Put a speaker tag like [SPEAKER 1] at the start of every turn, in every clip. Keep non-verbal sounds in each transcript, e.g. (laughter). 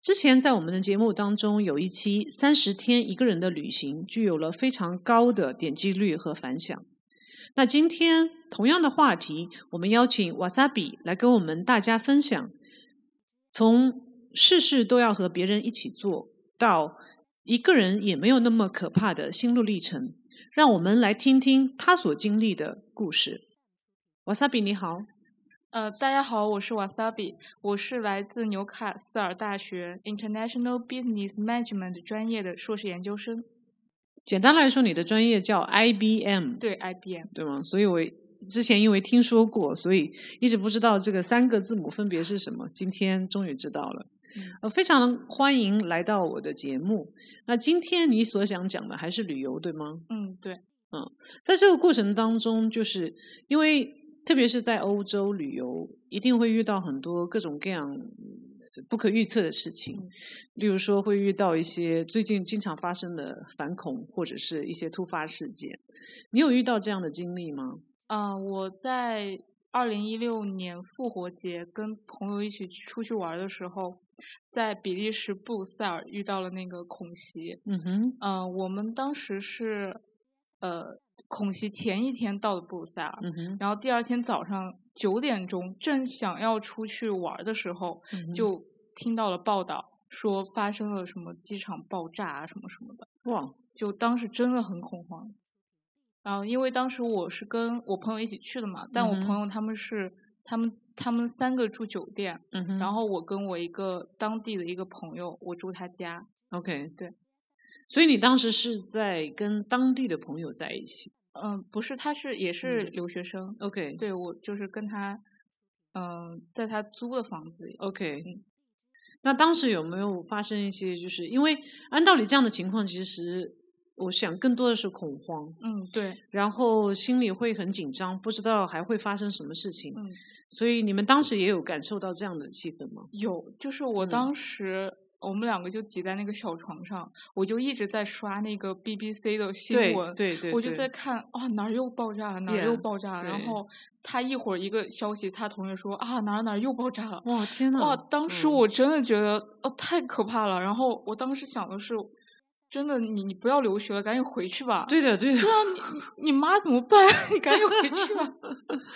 [SPEAKER 1] 之前在我们的节目当中有一期《三十天一个人的旅行》，具有了非常高的点击率和反响。那今天同样的话题，我们邀请瓦萨比来跟我们大家分享，从事事都要和别人一起做到一个人也没有那么可怕的心路历程。让我们来听听他所经历的故事。瓦萨比，你好。
[SPEAKER 2] 呃，大家好，我是 Wasabi，我是来自纽卡斯尔大学 International Business Management 专业的硕士研究生。
[SPEAKER 1] 简单来说，你的专业叫 IBM，
[SPEAKER 2] 对 IBM，
[SPEAKER 1] 对吗？所以我之前因为听说过，所以一直不知道这个三个字母分别是什么，今天终于知道了。呃，非常欢迎来到我的节目。那今天你所想讲的还是旅游，对吗？
[SPEAKER 2] 嗯，对，
[SPEAKER 1] 嗯，在这个过程当中，就是因为。特别是在欧洲旅游，一定会遇到很多各种各样不可预测的事情，嗯、例如说会遇到一些最近经常发生的反恐或者是一些突发事件。你有遇到这样的经历吗？
[SPEAKER 2] 嗯、呃，我在二零一六年复活节跟朋友一起出去玩的时候，在比利时布鲁塞尔遇到了那个恐袭。
[SPEAKER 1] 嗯哼，
[SPEAKER 2] 嗯、呃，我们当时是呃。恐袭前一天到的布鲁塞尔，
[SPEAKER 1] 嗯、
[SPEAKER 2] 然后第二天早上九点钟，正想要出去玩的时候，
[SPEAKER 1] 嗯、
[SPEAKER 2] 就听到了报道说发生了什么机场爆炸啊什么什么的。
[SPEAKER 1] 哇！
[SPEAKER 2] 就当时真的很恐慌。然后因为当时我是跟我朋友一起去的嘛，但我朋友他们是、嗯、他们他们三个住酒店，
[SPEAKER 1] 嗯
[SPEAKER 2] 然后我跟我一个当地的一个朋友，我住他家。
[SPEAKER 1] OK，
[SPEAKER 2] 对。
[SPEAKER 1] 所以你当时是在跟当地的朋友在一起。
[SPEAKER 2] 嗯，不是，他是也是留学生。
[SPEAKER 1] 嗯、OK，
[SPEAKER 2] 对我就是跟他，嗯、呃，在他租的房子里。
[SPEAKER 1] OK，、
[SPEAKER 2] 嗯、
[SPEAKER 1] 那当时有没有发生一些，就是因为按道理这样的情况，其实我想更多的是恐慌。
[SPEAKER 2] 嗯，对。
[SPEAKER 1] 然后心里会很紧张，不知道还会发生什么事情。
[SPEAKER 2] 嗯。
[SPEAKER 1] 所以你们当时也有感受到这样的气氛吗？
[SPEAKER 2] 有，就是我当时。嗯我们两个就挤在那个小床上，我就一直在刷那个 BBC 的新
[SPEAKER 1] 闻，对对，对对
[SPEAKER 2] 我就在看啊哪儿又爆炸了，哪儿又爆炸了。
[SPEAKER 1] Yeah,
[SPEAKER 2] 然后他一会儿一个消息，他同学说啊哪儿哪儿又爆炸了，
[SPEAKER 1] 哇嗯天呐！
[SPEAKER 2] 哇，当时我真的觉得、嗯、哦太可怕了。然后我当时想的是，真的你你不要留学了，赶紧回去吧。
[SPEAKER 1] 对的对的，
[SPEAKER 2] 对啊，你你妈怎么办？啊你赶紧回去吧。 (laughs)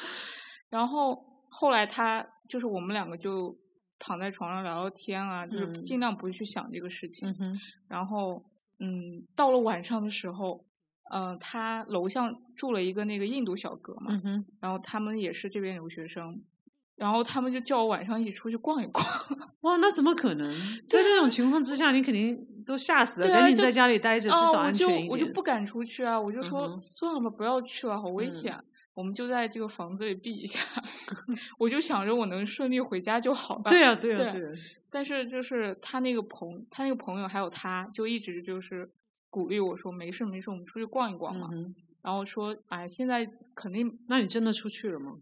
[SPEAKER 2] 然后后来他就是我们两个就。躺在床上聊聊天啊，就是尽量不去想这个事情。
[SPEAKER 1] 嗯、
[SPEAKER 2] 然后，嗯，到了晚上的时候，呃，他楼下住了一个那个印度小哥嘛， (laughs)
[SPEAKER 1] 嗯、
[SPEAKER 2] 然后他们也是这边留学生，然后他们就叫我晚上一起出去逛一逛。
[SPEAKER 1] 哇，那怎么可能？在这种情况之下，你肯定都吓死了。
[SPEAKER 2] 对啊，
[SPEAKER 1] 你在家里待着，至少安全一
[SPEAKER 2] 点。我就我就不敢出去啊！我就说、嗯、算了吧，不要去了，好危险。
[SPEAKER 1] 嗯
[SPEAKER 2] 我们就在这个房子里避一下，我就想着我能顺利回家就好了。
[SPEAKER 1] 对呀、啊，对呀、
[SPEAKER 2] 啊，对,
[SPEAKER 1] 啊、对。
[SPEAKER 2] 但是就是他那个朋，他那个朋友还有他，就一直就是鼓励我说：“没事没事，我们出去逛一逛嘛。
[SPEAKER 1] 嗯”
[SPEAKER 2] 然后说：“哎，现在肯定……
[SPEAKER 1] 那你真的出去了吗？”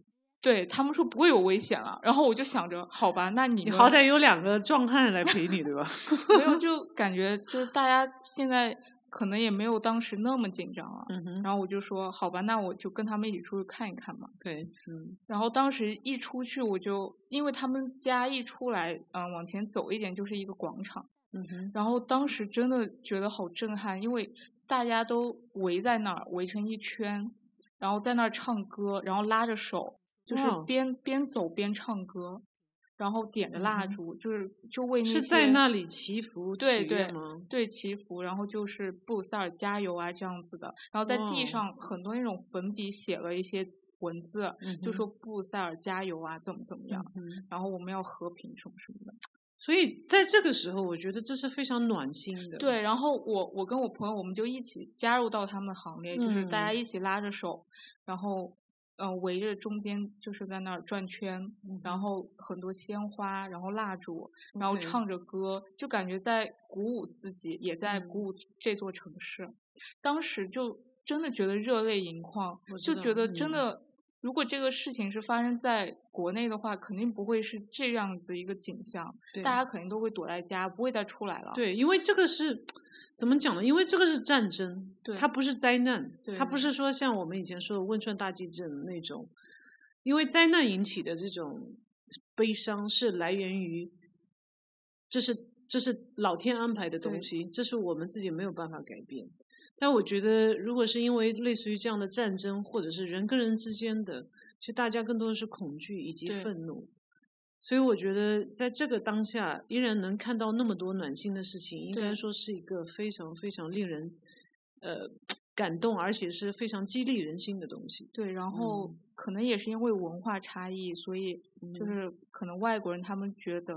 [SPEAKER 2] 对他们说不会有危险了。然后我就想着，好吧，那你
[SPEAKER 1] 你好歹有两个壮汉来陪你，对吧？
[SPEAKER 2] 没有，就感觉就是大家现在。可能也没有当时那么紧张了，
[SPEAKER 1] (laughs) 嗯、
[SPEAKER 2] 然后我就说好吧，那我就跟他们一起出去看一看嘛。
[SPEAKER 1] 对，嗯。
[SPEAKER 2] 然后当时一出去，我就因为他们家一出来，嗯、呃，往前走一点就是一个广场，
[SPEAKER 1] 嗯哼。
[SPEAKER 2] 然后当时真的觉得好震撼，因为大家都围在那儿围成一圈，然后在那儿唱歌，然后拉着手，就是边边走边唱歌。然后点着蜡烛，
[SPEAKER 1] 嗯、
[SPEAKER 2] 就是就为那
[SPEAKER 1] 是在那里祈福
[SPEAKER 2] 对对
[SPEAKER 1] 吗？
[SPEAKER 2] 对祈福，然后就是布鲁塞尔加油啊这样子的。然后在
[SPEAKER 1] 哦
[SPEAKER 2] 地上很多那种粉笔写了一些文字，
[SPEAKER 1] 嗯、
[SPEAKER 2] 就说布鲁塞尔加油啊，怎么怎么样，
[SPEAKER 1] 嗯、
[SPEAKER 2] 然后我们要和平什么什么的。
[SPEAKER 1] 所以在这个时候，我觉得这是非常暖心的。
[SPEAKER 2] 对，然后我我跟我
[SPEAKER 1] 嗯
[SPEAKER 2] 朋友我们就一起加入到他们行列，就是大家一起拉着手，然后。嗯、围着中间就是在那儿转圈，
[SPEAKER 1] 嗯
[SPEAKER 2] 然后很多鲜花，然后蜡烛，然后
[SPEAKER 1] OK
[SPEAKER 2] 唱着歌，就感觉在鼓舞自己，也在
[SPEAKER 1] 嗯
[SPEAKER 2] 鼓舞这座城市。当时就真的觉得热泪盈眶
[SPEAKER 1] 我，知
[SPEAKER 2] 就
[SPEAKER 1] 道
[SPEAKER 2] 觉得真
[SPEAKER 1] 嗯
[SPEAKER 2] 的、如果这个事情是发生在国内的话，肯定不会是这样子一个景象，
[SPEAKER 1] 对
[SPEAKER 2] 大家肯定都会躲在家，不会再出来了。
[SPEAKER 1] 对，因为这个是怎么讲呢？因为这个是战争，
[SPEAKER 2] 对
[SPEAKER 1] 它不是灾难，
[SPEAKER 2] 对
[SPEAKER 1] 它不是说像我们以前说的汶川大地震那种，因为灾难引起的这种悲伤是来源于，这是这是老天安排的东
[SPEAKER 2] 对
[SPEAKER 1] 西，这是我们自己没有办法改变。但我觉得，如果是因为类似于这样的战争，或者是人跟人之间的，其实大家更多的是恐惧以及
[SPEAKER 2] 对
[SPEAKER 1] 愤怒。所以我觉得，在这个当下，依然能看到那么多暖心的事情，应该
[SPEAKER 2] 对
[SPEAKER 1] 说是一个非常非常令人呃感动，而且是非常激励人心的东西。
[SPEAKER 2] 对，然后、
[SPEAKER 1] 嗯
[SPEAKER 2] 可能也是因为文化差异，所以就
[SPEAKER 1] 嗯
[SPEAKER 2] 是可能外国人他们觉得，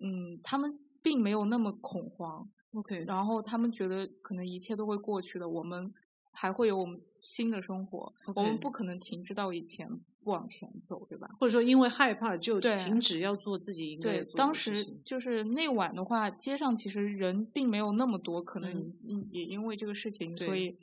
[SPEAKER 2] 嗯，他们并没有那么恐慌，
[SPEAKER 1] OK，
[SPEAKER 2] 然后他们觉得可能一切都会过去的，我们还会有我们新的生活我
[SPEAKER 1] OK
[SPEAKER 2] 们不可能停滞到以前不往前走，对吧？
[SPEAKER 1] 或者说因为害怕就
[SPEAKER 2] 对
[SPEAKER 1] 停止要做自己应该
[SPEAKER 2] 对
[SPEAKER 1] 要，做
[SPEAKER 2] 当
[SPEAKER 1] 的事
[SPEAKER 2] 时
[SPEAKER 1] 情
[SPEAKER 2] 就是那晚的话，街上其实人并没有那么多，可能
[SPEAKER 1] 嗯
[SPEAKER 2] 嗯也因为这个事情，所
[SPEAKER 1] 对
[SPEAKER 2] 以，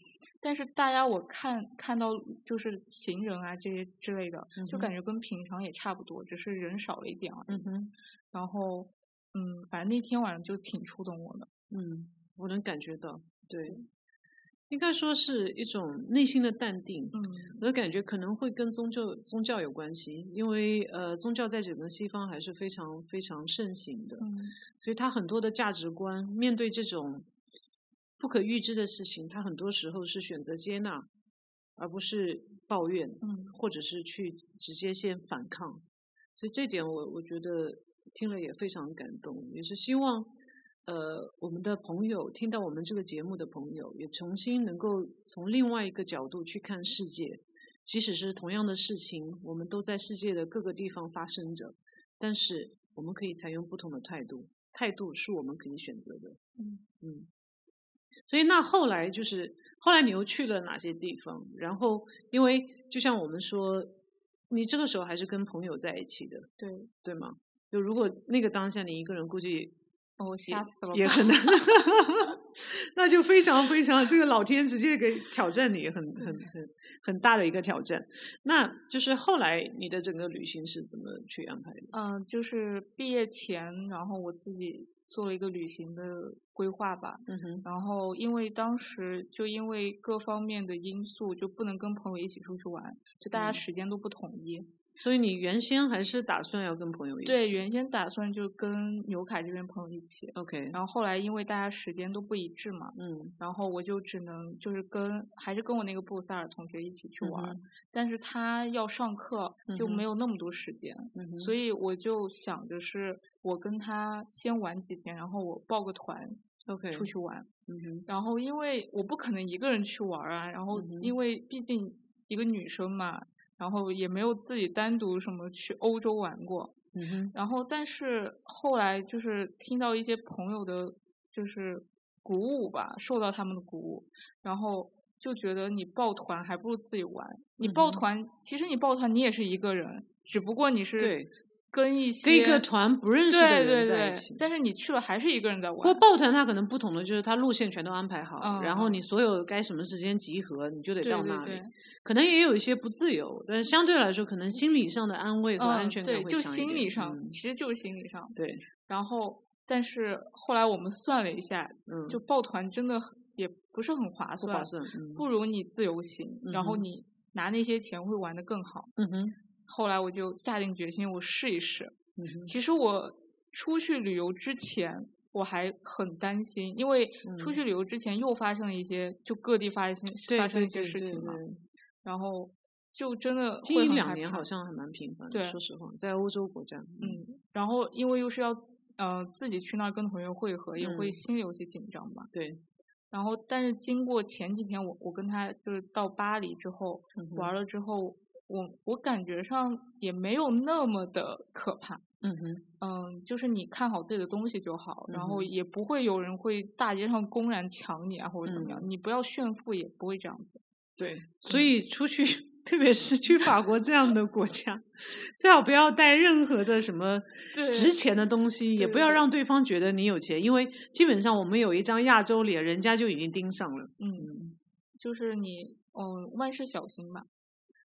[SPEAKER 2] 但是大家我看看到就是行人啊这些之类的，就
[SPEAKER 1] 嗯哼
[SPEAKER 2] 感觉跟平常也差不多，只是人少了一点而已。
[SPEAKER 1] 嗯哼，
[SPEAKER 2] 然后，嗯，反正那天晚上就挺触动我的。
[SPEAKER 1] 嗯，我能感觉到，对，应该说是一种内心的淡定。
[SPEAKER 2] 嗯，
[SPEAKER 1] 我的感觉可能会跟宗教宗教有关系，因为呃，宗教在整个西方还是非常非常盛行的。
[SPEAKER 2] 嗯，
[SPEAKER 1] 所以他很多的价值观，面对这种不可预知的事情，他很多时候是选择接纳，而不是抱怨，
[SPEAKER 2] 嗯
[SPEAKER 1] 或者是去直接先反抗。所以这点我我觉得听了也非常感动，也是希望呃我们的朋友听到我们这个节目的朋友，也重新能够从另外一个角度去看世界。即使是同样的事情，我们都在世界的各个地方发生着，但是我们可以采用不同的态度，态度是我们可以选择的。
[SPEAKER 2] 嗯
[SPEAKER 1] 嗯，所以那后来就是后来你又去了哪些地方？然后因为就像我们说，你这个时候还是跟朋友在一起的，
[SPEAKER 2] 对，
[SPEAKER 1] 对吗？就如果那个当下你一个人，估计
[SPEAKER 2] 哦，我
[SPEAKER 1] 也
[SPEAKER 2] 吓死了
[SPEAKER 1] 也
[SPEAKER 2] 吧
[SPEAKER 1] 很
[SPEAKER 2] (laughs)
[SPEAKER 1] 难， (laughs) 那就非常非常，这个老天直接给挑战你，很很很很大的一个挑战。那就是后来你的整个旅行是怎么去安排的？
[SPEAKER 2] 嗯，就是毕业前，然后我自己做了一个旅行的规划吧。
[SPEAKER 1] 嗯哼，
[SPEAKER 2] 然后因为当时就因为各方面的因素，就不能跟朋友一起出去玩，就大家
[SPEAKER 1] 嗯
[SPEAKER 2] 时间都不统一。
[SPEAKER 1] 所以你原先还是打算要跟朋友一起？
[SPEAKER 2] 对，原先打算就跟牛凯这边朋友一起，
[SPEAKER 1] ，OK，
[SPEAKER 2] 然后后来因为大家时间都不一致嘛，
[SPEAKER 1] 嗯
[SPEAKER 2] 然后我就只能就是跟还是跟我那个布塞尔同学一起去玩儿，
[SPEAKER 1] 嗯
[SPEAKER 2] 但是他要上课就
[SPEAKER 1] 嗯哼
[SPEAKER 2] 没有那么多时间，
[SPEAKER 1] 嗯哼，
[SPEAKER 2] 所以我就想着是我跟他先玩几天，然后我报个团
[SPEAKER 1] OK，
[SPEAKER 2] 出去玩。
[SPEAKER 1] 嗯哼，
[SPEAKER 2] 然后因为我不可能一个人去玩儿啊，然后
[SPEAKER 1] 嗯哼
[SPEAKER 2] 因为毕竟一个女生嘛，然后也没有自己单独什么去欧洲玩过。
[SPEAKER 1] 嗯哼，
[SPEAKER 2] 然后但是后来就是听到一些朋友的，就是鼓舞吧，受到他们的鼓舞，然后就觉得你抱团还不如自己玩。你
[SPEAKER 1] 嗯
[SPEAKER 2] 抱
[SPEAKER 1] 哼
[SPEAKER 2] 团，其实你抱团你也是一个人，只不过
[SPEAKER 1] 对
[SPEAKER 2] 你是跟一些
[SPEAKER 1] 跟一个团不认识的人
[SPEAKER 2] 对对
[SPEAKER 1] 在一
[SPEAKER 2] 对
[SPEAKER 1] 起，。
[SPEAKER 2] 但是你去了还是一个人在玩。
[SPEAKER 1] 不过抱团它可能不同的就是它路线全都安排好，
[SPEAKER 2] 嗯
[SPEAKER 1] 然后
[SPEAKER 2] 嗯
[SPEAKER 1] 你所有该什么时间集合，你就得
[SPEAKER 2] 对
[SPEAKER 1] 到
[SPEAKER 2] 对
[SPEAKER 1] 那里。
[SPEAKER 2] 对
[SPEAKER 1] 可能也有一些不自由，但是相对来说，可能心理上的安慰和安
[SPEAKER 2] 嗯
[SPEAKER 1] 全感
[SPEAKER 2] 对，
[SPEAKER 1] 会
[SPEAKER 2] 就
[SPEAKER 1] 强一点。
[SPEAKER 2] 心理上，
[SPEAKER 1] 嗯
[SPEAKER 2] 其实就是心理上。
[SPEAKER 1] 对，
[SPEAKER 2] 然后，但是后来我们算了一下，
[SPEAKER 1] 嗯，
[SPEAKER 2] 就抱团真的很也不是很划
[SPEAKER 1] 不
[SPEAKER 2] 算，
[SPEAKER 1] 划算，嗯，
[SPEAKER 2] 不如你自由行，然后
[SPEAKER 1] 嗯哼
[SPEAKER 2] 你拿那些钱会玩的更好。
[SPEAKER 1] 嗯哼，
[SPEAKER 2] 后来我就下定决心，我试一试。
[SPEAKER 1] 嗯哼，
[SPEAKER 2] 其实我出去旅游之前。我还很担心，因为出
[SPEAKER 1] 嗯
[SPEAKER 2] 去旅游之前又发生了一些，就各地发生
[SPEAKER 1] 对
[SPEAKER 2] 发生
[SPEAKER 1] 对
[SPEAKER 2] 一些
[SPEAKER 1] 对
[SPEAKER 2] 事
[SPEAKER 1] 对
[SPEAKER 2] 情嘛，
[SPEAKER 1] 对
[SPEAKER 2] 然后就真的
[SPEAKER 1] 近
[SPEAKER 2] 会
[SPEAKER 1] 一
[SPEAKER 2] 很
[SPEAKER 1] 两
[SPEAKER 2] 害
[SPEAKER 1] 年
[SPEAKER 2] 怕
[SPEAKER 1] 好像还蛮频繁的，
[SPEAKER 2] 对
[SPEAKER 1] 说实话，在欧洲国家，嗯，
[SPEAKER 2] 嗯，然后因为又是要呃自己去那儿跟同学会合，也会
[SPEAKER 1] 嗯
[SPEAKER 2] 心里有些紧张吧。
[SPEAKER 1] 对，
[SPEAKER 2] 然后，但是经过前几天我我跟他就是到巴黎之后、
[SPEAKER 1] 嗯哼
[SPEAKER 2] 玩了之后，我我感觉上也没有那么的可怕。
[SPEAKER 1] 嗯哼，
[SPEAKER 2] 嗯，就是你看好自己的东西就好，然后
[SPEAKER 1] 嗯哼
[SPEAKER 2] 也不会有人会大街上公然抢你啊或者怎么样，
[SPEAKER 1] 嗯
[SPEAKER 2] 你不要炫富也不会这样子。
[SPEAKER 1] 对，所以出去 (laughs) 特别是去法国这样的国家，最好不要带任何的什么
[SPEAKER 2] 对
[SPEAKER 1] 值钱的东西，也不要
[SPEAKER 2] 对
[SPEAKER 1] 让对方觉得你有钱，因为基本上我们有一张亚洲脸，人家就已经盯上了。
[SPEAKER 2] 嗯，就是你，嗯，万事小心吧。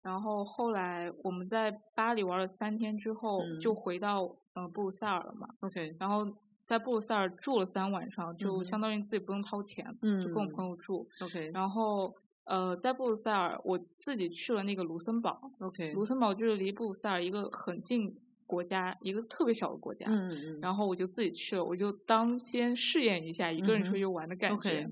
[SPEAKER 2] 然后后来我们在巴黎玩了三天之后，就
[SPEAKER 1] 嗯
[SPEAKER 2] 回到呃布鲁塞尔了嘛。
[SPEAKER 1] OK，
[SPEAKER 2] 然后在布鲁塞尔住了三晚上，就
[SPEAKER 1] 嗯
[SPEAKER 2] 相当于自己不用掏钱，
[SPEAKER 1] 嗯
[SPEAKER 2] 就跟我朋友住。
[SPEAKER 1] ，OK，
[SPEAKER 2] 然后呃，在布鲁塞尔，我自己去了那个卢森堡。
[SPEAKER 1] OK，
[SPEAKER 2] 卢森堡就是离布鲁塞尔一个很近国家，一个特别小的国家。
[SPEAKER 1] 嗯嗯
[SPEAKER 2] 然后我就自己去了，我就当先试验一下一个人
[SPEAKER 1] 嗯
[SPEAKER 2] 出
[SPEAKER 1] 哼
[SPEAKER 2] 去玩的感觉。
[SPEAKER 1] OK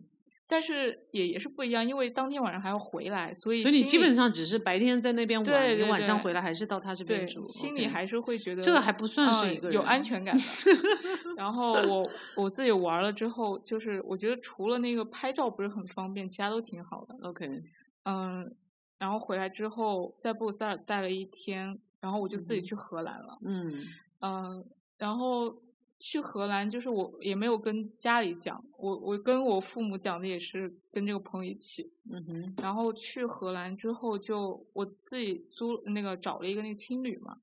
[SPEAKER 2] 但是也也是不一样，因为当天晚上还要回来，所以
[SPEAKER 1] 所以你
[SPEAKER 2] 心
[SPEAKER 1] 基
[SPEAKER 2] 里
[SPEAKER 1] 本上只是白天在那边玩，
[SPEAKER 2] 对对
[SPEAKER 1] 你晚上
[SPEAKER 2] 对
[SPEAKER 1] 回来还是到他这边
[SPEAKER 2] 对
[SPEAKER 1] 住，
[SPEAKER 2] 心里
[SPEAKER 1] OK
[SPEAKER 2] 还是会觉得
[SPEAKER 1] 这个还不算是
[SPEAKER 2] 嗯
[SPEAKER 1] 一个
[SPEAKER 2] 有
[SPEAKER 1] 人
[SPEAKER 2] 安全
[SPEAKER 1] (laughs)
[SPEAKER 2] 感的。然后我我自己玩了之后，就是我觉得除了那个拍照不是很方便，其他都挺好的。
[SPEAKER 1] OK，
[SPEAKER 2] 嗯，然后回来之后在布鲁塞尔待了一天，然后我就自己
[SPEAKER 1] 嗯哼
[SPEAKER 2] 去荷兰了。
[SPEAKER 1] 嗯
[SPEAKER 2] 嗯，然后去荷兰，就是我也没有跟家里讲，我我跟我父母讲的也是跟这个朋友一起。
[SPEAKER 1] 嗯哼
[SPEAKER 2] 然后去荷兰之后就，我自己租那个找了一个那个青旅嘛。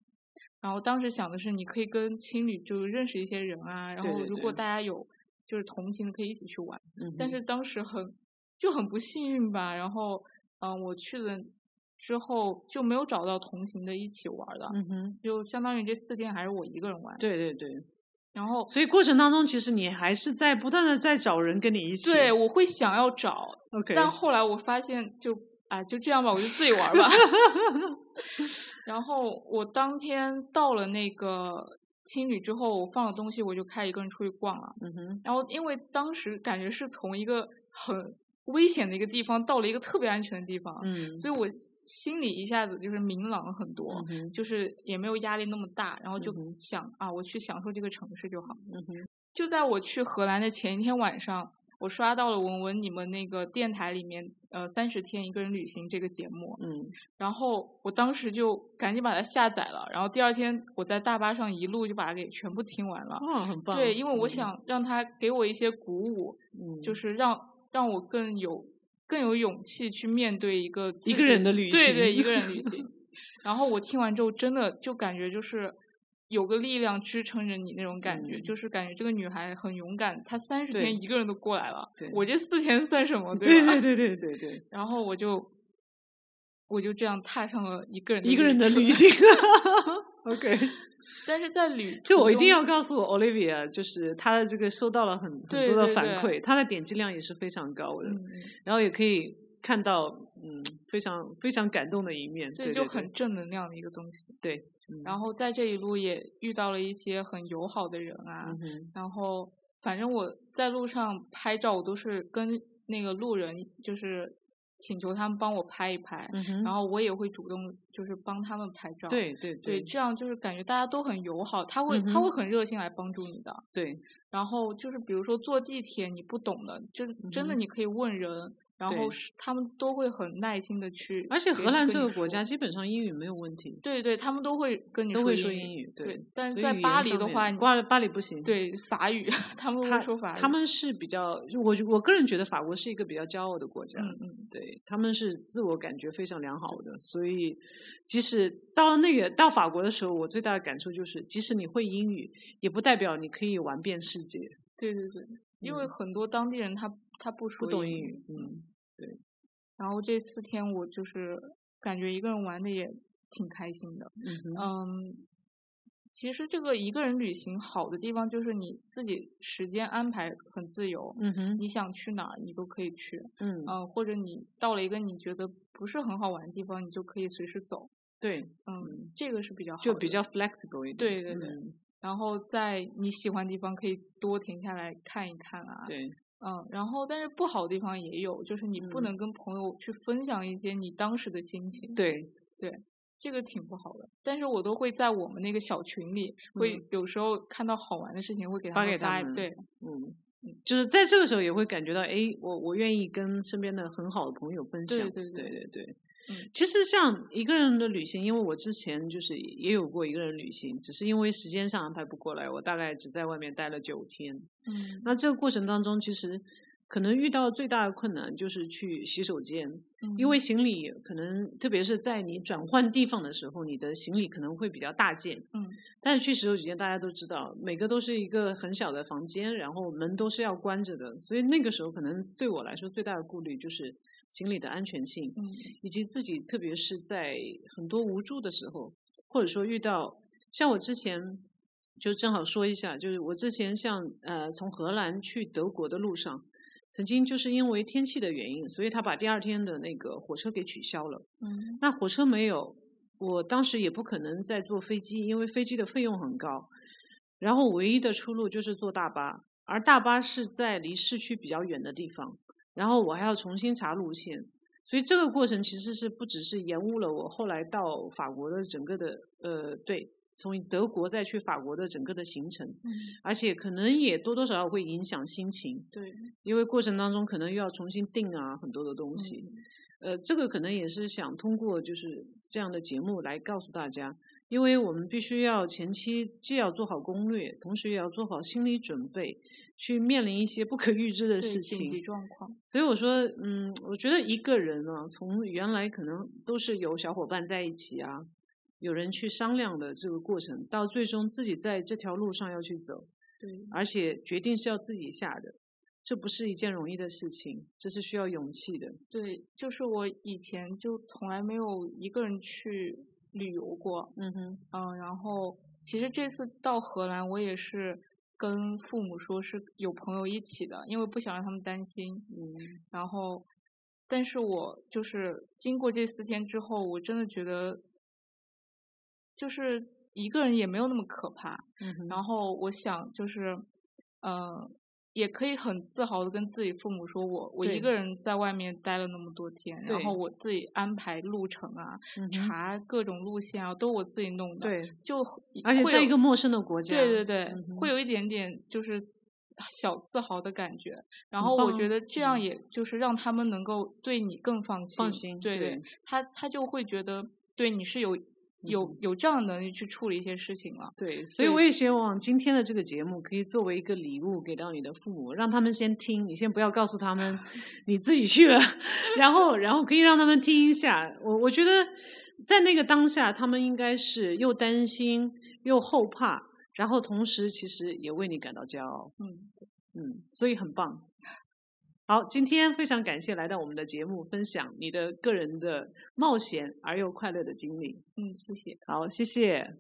[SPEAKER 2] 然后当时想的是，你可以跟青旅就认识一些人啊，然
[SPEAKER 1] 对
[SPEAKER 2] 后
[SPEAKER 1] 对
[SPEAKER 2] 如果
[SPEAKER 1] 对
[SPEAKER 2] 大家有就是同情，可以一起去玩。
[SPEAKER 1] 嗯哼，
[SPEAKER 2] 但是当时很就很不幸运吧，然后嗯、呃我去了之后就没有找到同行的一起玩的，
[SPEAKER 1] 嗯哼，
[SPEAKER 2] 就相当于这四天还是我一个人玩。
[SPEAKER 1] 对对对，
[SPEAKER 2] 然后
[SPEAKER 1] 所以过程当中其实你还是在不断的在找人跟你一起，
[SPEAKER 2] 对我会想要找，
[SPEAKER 1] ，OK，
[SPEAKER 2] 但后来我发现就啊就这样吧，我就自己玩儿
[SPEAKER 1] (laughs)
[SPEAKER 2] 吧。然后我当天到了那个青旅之后，我放了东西，我就开始一个人出去逛了。
[SPEAKER 1] 嗯哼，
[SPEAKER 2] 然后因为当时感觉是从一个很危险的一个地方到了一个特别安全的地方，
[SPEAKER 1] 嗯，
[SPEAKER 2] 所以我心里一下子就是明朗了很多。
[SPEAKER 1] 嗯哼
[SPEAKER 2] 就是也没有压力那么大，然后就
[SPEAKER 1] 嗯哼
[SPEAKER 2] 想、啊，我去享受这个城市就好。
[SPEAKER 1] 嗯哼
[SPEAKER 2] 就在我去荷兰的前一天晚上，我刷到了文文你们那个电台里面，呃，三十天一个人旅行这个节目，
[SPEAKER 1] 嗯
[SPEAKER 2] 然后我当时就赶紧把它下载了，然后第二天我在大巴上一路就把它给全部听完了。
[SPEAKER 1] 哦，很棒，
[SPEAKER 2] 对，因为我
[SPEAKER 1] 嗯，
[SPEAKER 2] 想让它给我一些鼓舞，
[SPEAKER 1] 嗯
[SPEAKER 2] 就是让让我更有更有勇气去面对一个
[SPEAKER 1] 一
[SPEAKER 2] 自
[SPEAKER 1] 个
[SPEAKER 2] 己
[SPEAKER 1] 人的旅
[SPEAKER 2] 对对，
[SPEAKER 1] 行
[SPEAKER 2] 一个人旅行。然后我听完之后，真的就感觉就是有个力量支撑着你那种感觉，
[SPEAKER 1] 嗯
[SPEAKER 2] 就是感觉这个女孩很勇敢，她三十
[SPEAKER 1] 对
[SPEAKER 2] 天一个人都过来了
[SPEAKER 1] 对，
[SPEAKER 2] 我这四天算什么，
[SPEAKER 1] 对
[SPEAKER 2] 吧？
[SPEAKER 1] 对对对对对，
[SPEAKER 2] (laughs) 然后我就我就这样踏上了一个人的
[SPEAKER 1] 一个人的
[SPEAKER 2] 途
[SPEAKER 1] 旅行
[SPEAKER 2] (laughs)
[SPEAKER 1] ，OK，
[SPEAKER 2] 但是在旅
[SPEAKER 1] 就
[SPEAKER 2] 途
[SPEAKER 1] 我一定
[SPEAKER 2] 中
[SPEAKER 1] 要告诉 Olivia，就是她的这个收到了很很
[SPEAKER 2] 对
[SPEAKER 1] 多的
[SPEAKER 2] 对
[SPEAKER 1] 反
[SPEAKER 2] 对
[SPEAKER 1] 馈，她的点击量也是非常高的，
[SPEAKER 2] 嗯嗯
[SPEAKER 1] 然后也可以看到嗯非常非常感动的一面，对
[SPEAKER 2] 对，
[SPEAKER 1] 对，
[SPEAKER 2] 就
[SPEAKER 1] 对
[SPEAKER 2] 很正能量的一个东西。
[SPEAKER 1] 对，嗯
[SPEAKER 2] 然后在这一路也遇到了一些很友好的人啊，
[SPEAKER 1] 嗯哼
[SPEAKER 2] 然后反正我在路上拍照，我都是跟那个路人就是请求他们帮我拍一拍，
[SPEAKER 1] 嗯哼，
[SPEAKER 2] 然后我也会主动就是帮他们拍照。
[SPEAKER 1] 对对
[SPEAKER 2] 对，这样就是感觉大家都很友好，他会、
[SPEAKER 1] 嗯
[SPEAKER 2] 他
[SPEAKER 1] 哼
[SPEAKER 2] 会很热心来帮助你的。
[SPEAKER 1] 对，
[SPEAKER 2] 然后就是比如说坐地铁你不懂的，就是真的
[SPEAKER 1] 嗯哼
[SPEAKER 2] 你可以问人，然后
[SPEAKER 1] 对
[SPEAKER 2] 是他们都会很耐心的去给。
[SPEAKER 1] 而且荷兰
[SPEAKER 2] 跟
[SPEAKER 1] 这
[SPEAKER 2] 你
[SPEAKER 1] 个国
[SPEAKER 2] 说
[SPEAKER 1] 家基本上英语没有问题，
[SPEAKER 2] 对对，他们都会跟你
[SPEAKER 1] 都会说
[SPEAKER 2] 说
[SPEAKER 1] 英
[SPEAKER 2] 语。
[SPEAKER 1] 语，
[SPEAKER 2] 对
[SPEAKER 1] 对。，
[SPEAKER 2] 但是
[SPEAKER 1] 所以
[SPEAKER 2] 在
[SPEAKER 1] 语
[SPEAKER 2] 巴
[SPEAKER 1] 言
[SPEAKER 2] 黎
[SPEAKER 1] 上
[SPEAKER 2] 的
[SPEAKER 1] 面
[SPEAKER 2] 话，你
[SPEAKER 1] 巴黎巴黎不行，
[SPEAKER 2] 对法语， (laughs) 他们
[SPEAKER 1] 他
[SPEAKER 2] 会说法语。
[SPEAKER 1] 他们是比较，我我个人觉得法国是一个比较骄傲的国家，
[SPEAKER 2] 嗯嗯，
[SPEAKER 1] 对他们是自我感觉非常良好的，所以即使到了那个到法国的时候，我最大的感受就是，即使你会英语，也不代表你可以玩遍世界，
[SPEAKER 2] 对对对，因为
[SPEAKER 1] 嗯
[SPEAKER 2] 很多当地人他他不
[SPEAKER 1] 不
[SPEAKER 2] 说
[SPEAKER 1] 懂英
[SPEAKER 2] 英
[SPEAKER 1] 语，嗯，
[SPEAKER 2] 然后这四天我就是感觉一个人玩的也挺开心的。
[SPEAKER 1] 嗯哼
[SPEAKER 2] 嗯，其实这个一个人旅行好的地方就是你自己时间安排很自由，
[SPEAKER 1] 嗯哼，
[SPEAKER 2] 你想去哪儿你都可以去。
[SPEAKER 1] 嗯，
[SPEAKER 2] 嗯、或者你到了一个你觉得不是很好玩的地方，你就可以随时走。
[SPEAKER 1] 对，
[SPEAKER 2] 嗯，这个是比较好的，
[SPEAKER 1] 就比较 flexible 一点，
[SPEAKER 2] 对对对
[SPEAKER 1] 嗯
[SPEAKER 2] 然后在你喜欢的地方可以多停下来看一看啊。
[SPEAKER 1] 对，
[SPEAKER 2] 嗯，然后但是不好的地方也有，就是你不
[SPEAKER 1] 嗯
[SPEAKER 2] 能跟朋友去分享一些你当时的心情，
[SPEAKER 1] 对，
[SPEAKER 2] 这个挺不好的。但是我都会在我们那个小群里，会
[SPEAKER 1] 嗯
[SPEAKER 2] 有时候看到好玩的事情会给他
[SPEAKER 1] 发
[SPEAKER 2] 们
[SPEAKER 1] 给他
[SPEAKER 2] 发，
[SPEAKER 1] 们
[SPEAKER 2] 对
[SPEAKER 1] 嗯。就是在这个时候也会感觉到，哎，我我愿意跟身边的很好的朋友分享
[SPEAKER 2] 对，对
[SPEAKER 1] 对
[SPEAKER 2] 对
[SPEAKER 1] 对对
[SPEAKER 2] 嗯
[SPEAKER 1] 其实像一个人的旅行，因为我之前就是也有过一个人旅行，只是因为时间上安排不过来，我大概只在外面待了九天。
[SPEAKER 2] 嗯
[SPEAKER 1] 那这个过程当中，其实可能遇到最大的困难就是去洗手间，
[SPEAKER 2] 嗯
[SPEAKER 1] 因为行李可能特别是在你转换地方的时候，你的行李可能会比较大件。
[SPEAKER 2] 嗯，
[SPEAKER 1] 但是去洗手间大家都知道，每个都是一个很小的房间，然后门都是要关着的，所以那个时候可能对我来说最大的顾虑就是行李的安全性，
[SPEAKER 2] 嗯
[SPEAKER 1] 以及自己特别是在很多无助的时候，或者说遇到像我之前。就正好说一下，就是我之前像呃从荷兰去德国的路上，曾经就是因为天气的原因，所以他把第二天的那个火车给取消了。
[SPEAKER 2] 嗯
[SPEAKER 1] 那火车没有，我当时也不可能再坐飞机，因为飞机的费用很高。然后唯一的出路就是坐大巴，而大巴是在离市区比较远的地方，然后我还要重新查路线，所以这个过程其实是不只是延误了我后来到法国的整个的呃对，从德国再去法国的整个的行程，
[SPEAKER 2] 嗯，
[SPEAKER 1] 而且可能也多多少少会影响心情。
[SPEAKER 2] 对，
[SPEAKER 1] 因为过程当中可能又要重新定啊很多的东西，
[SPEAKER 2] 嗯
[SPEAKER 1] 呃，这个可能也是想通过就是这样的节目来告诉大家，因为我们必须要前期既要做好攻略，同时也要做好心理准备，去面临一些不可预知的
[SPEAKER 2] 对
[SPEAKER 1] 事
[SPEAKER 2] 紧急
[SPEAKER 1] 情。
[SPEAKER 2] 状况，
[SPEAKER 1] 所以我说，嗯，我觉得一个人呢、从原来可能都是有小伙伴在一起啊，有人去商量的这个过程，到最终自己在这条路上要去走，
[SPEAKER 2] 对，
[SPEAKER 1] 而且决定是要自己下的，这不是一件容易的事情，这是需要勇气的。
[SPEAKER 2] 对，就是我以前就从来没有一个人去旅游过，
[SPEAKER 1] 嗯哼，
[SPEAKER 2] 嗯，然后其实这次到荷兰，我也是跟父母说是有朋友一起的，因为不想让他们担心，
[SPEAKER 1] 嗯
[SPEAKER 2] 然后，但是我就是经过这四天之后，我真的觉得，就是一个人也没有那么可怕，
[SPEAKER 1] 嗯哼，
[SPEAKER 2] 然后我想就是，呃，也可以很自豪的跟自己父母说我我
[SPEAKER 1] 对
[SPEAKER 2] 一个人在外面待了那么多天，然
[SPEAKER 1] 对
[SPEAKER 2] 后我自己安排路程啊，
[SPEAKER 1] 嗯哼
[SPEAKER 2] 查各种路线啊，都我自己弄的，
[SPEAKER 1] 对，
[SPEAKER 2] 就
[SPEAKER 1] 而且
[SPEAKER 2] 会
[SPEAKER 1] 在
[SPEAKER 2] 有
[SPEAKER 1] 一个陌生的国家，
[SPEAKER 2] 对对对，
[SPEAKER 1] 嗯哼
[SPEAKER 2] 会有一点点就是小自豪的感觉。然
[SPEAKER 1] 很
[SPEAKER 2] 后我
[SPEAKER 1] 棒
[SPEAKER 2] 觉
[SPEAKER 1] 啊
[SPEAKER 2] 得这样
[SPEAKER 1] 嗯
[SPEAKER 2] 也就是让他们能够对你更放心，
[SPEAKER 1] 放心，
[SPEAKER 2] 对
[SPEAKER 1] 对，嗯
[SPEAKER 2] 他他就会觉得对你是有有有这样的能力去处理一些事情了。
[SPEAKER 1] 对，所以
[SPEAKER 2] 对
[SPEAKER 1] 我也希望今天的这个节目可以作为一个礼物给到你的父母，让他们先听，你先不要告诉他
[SPEAKER 2] (laughs)
[SPEAKER 1] 们你自己去了，然后然后可以让他们听一下。我我觉得在那个当下，他们应该是又担心又后怕，然后同时其实也为你感到骄傲。
[SPEAKER 2] 嗯，
[SPEAKER 1] 嗯，所以很棒。好，今天非常感谢来到我们的节目，分享你的个人的冒险而又快乐的经历。
[SPEAKER 2] 嗯，谢谢。
[SPEAKER 1] 好，谢谢。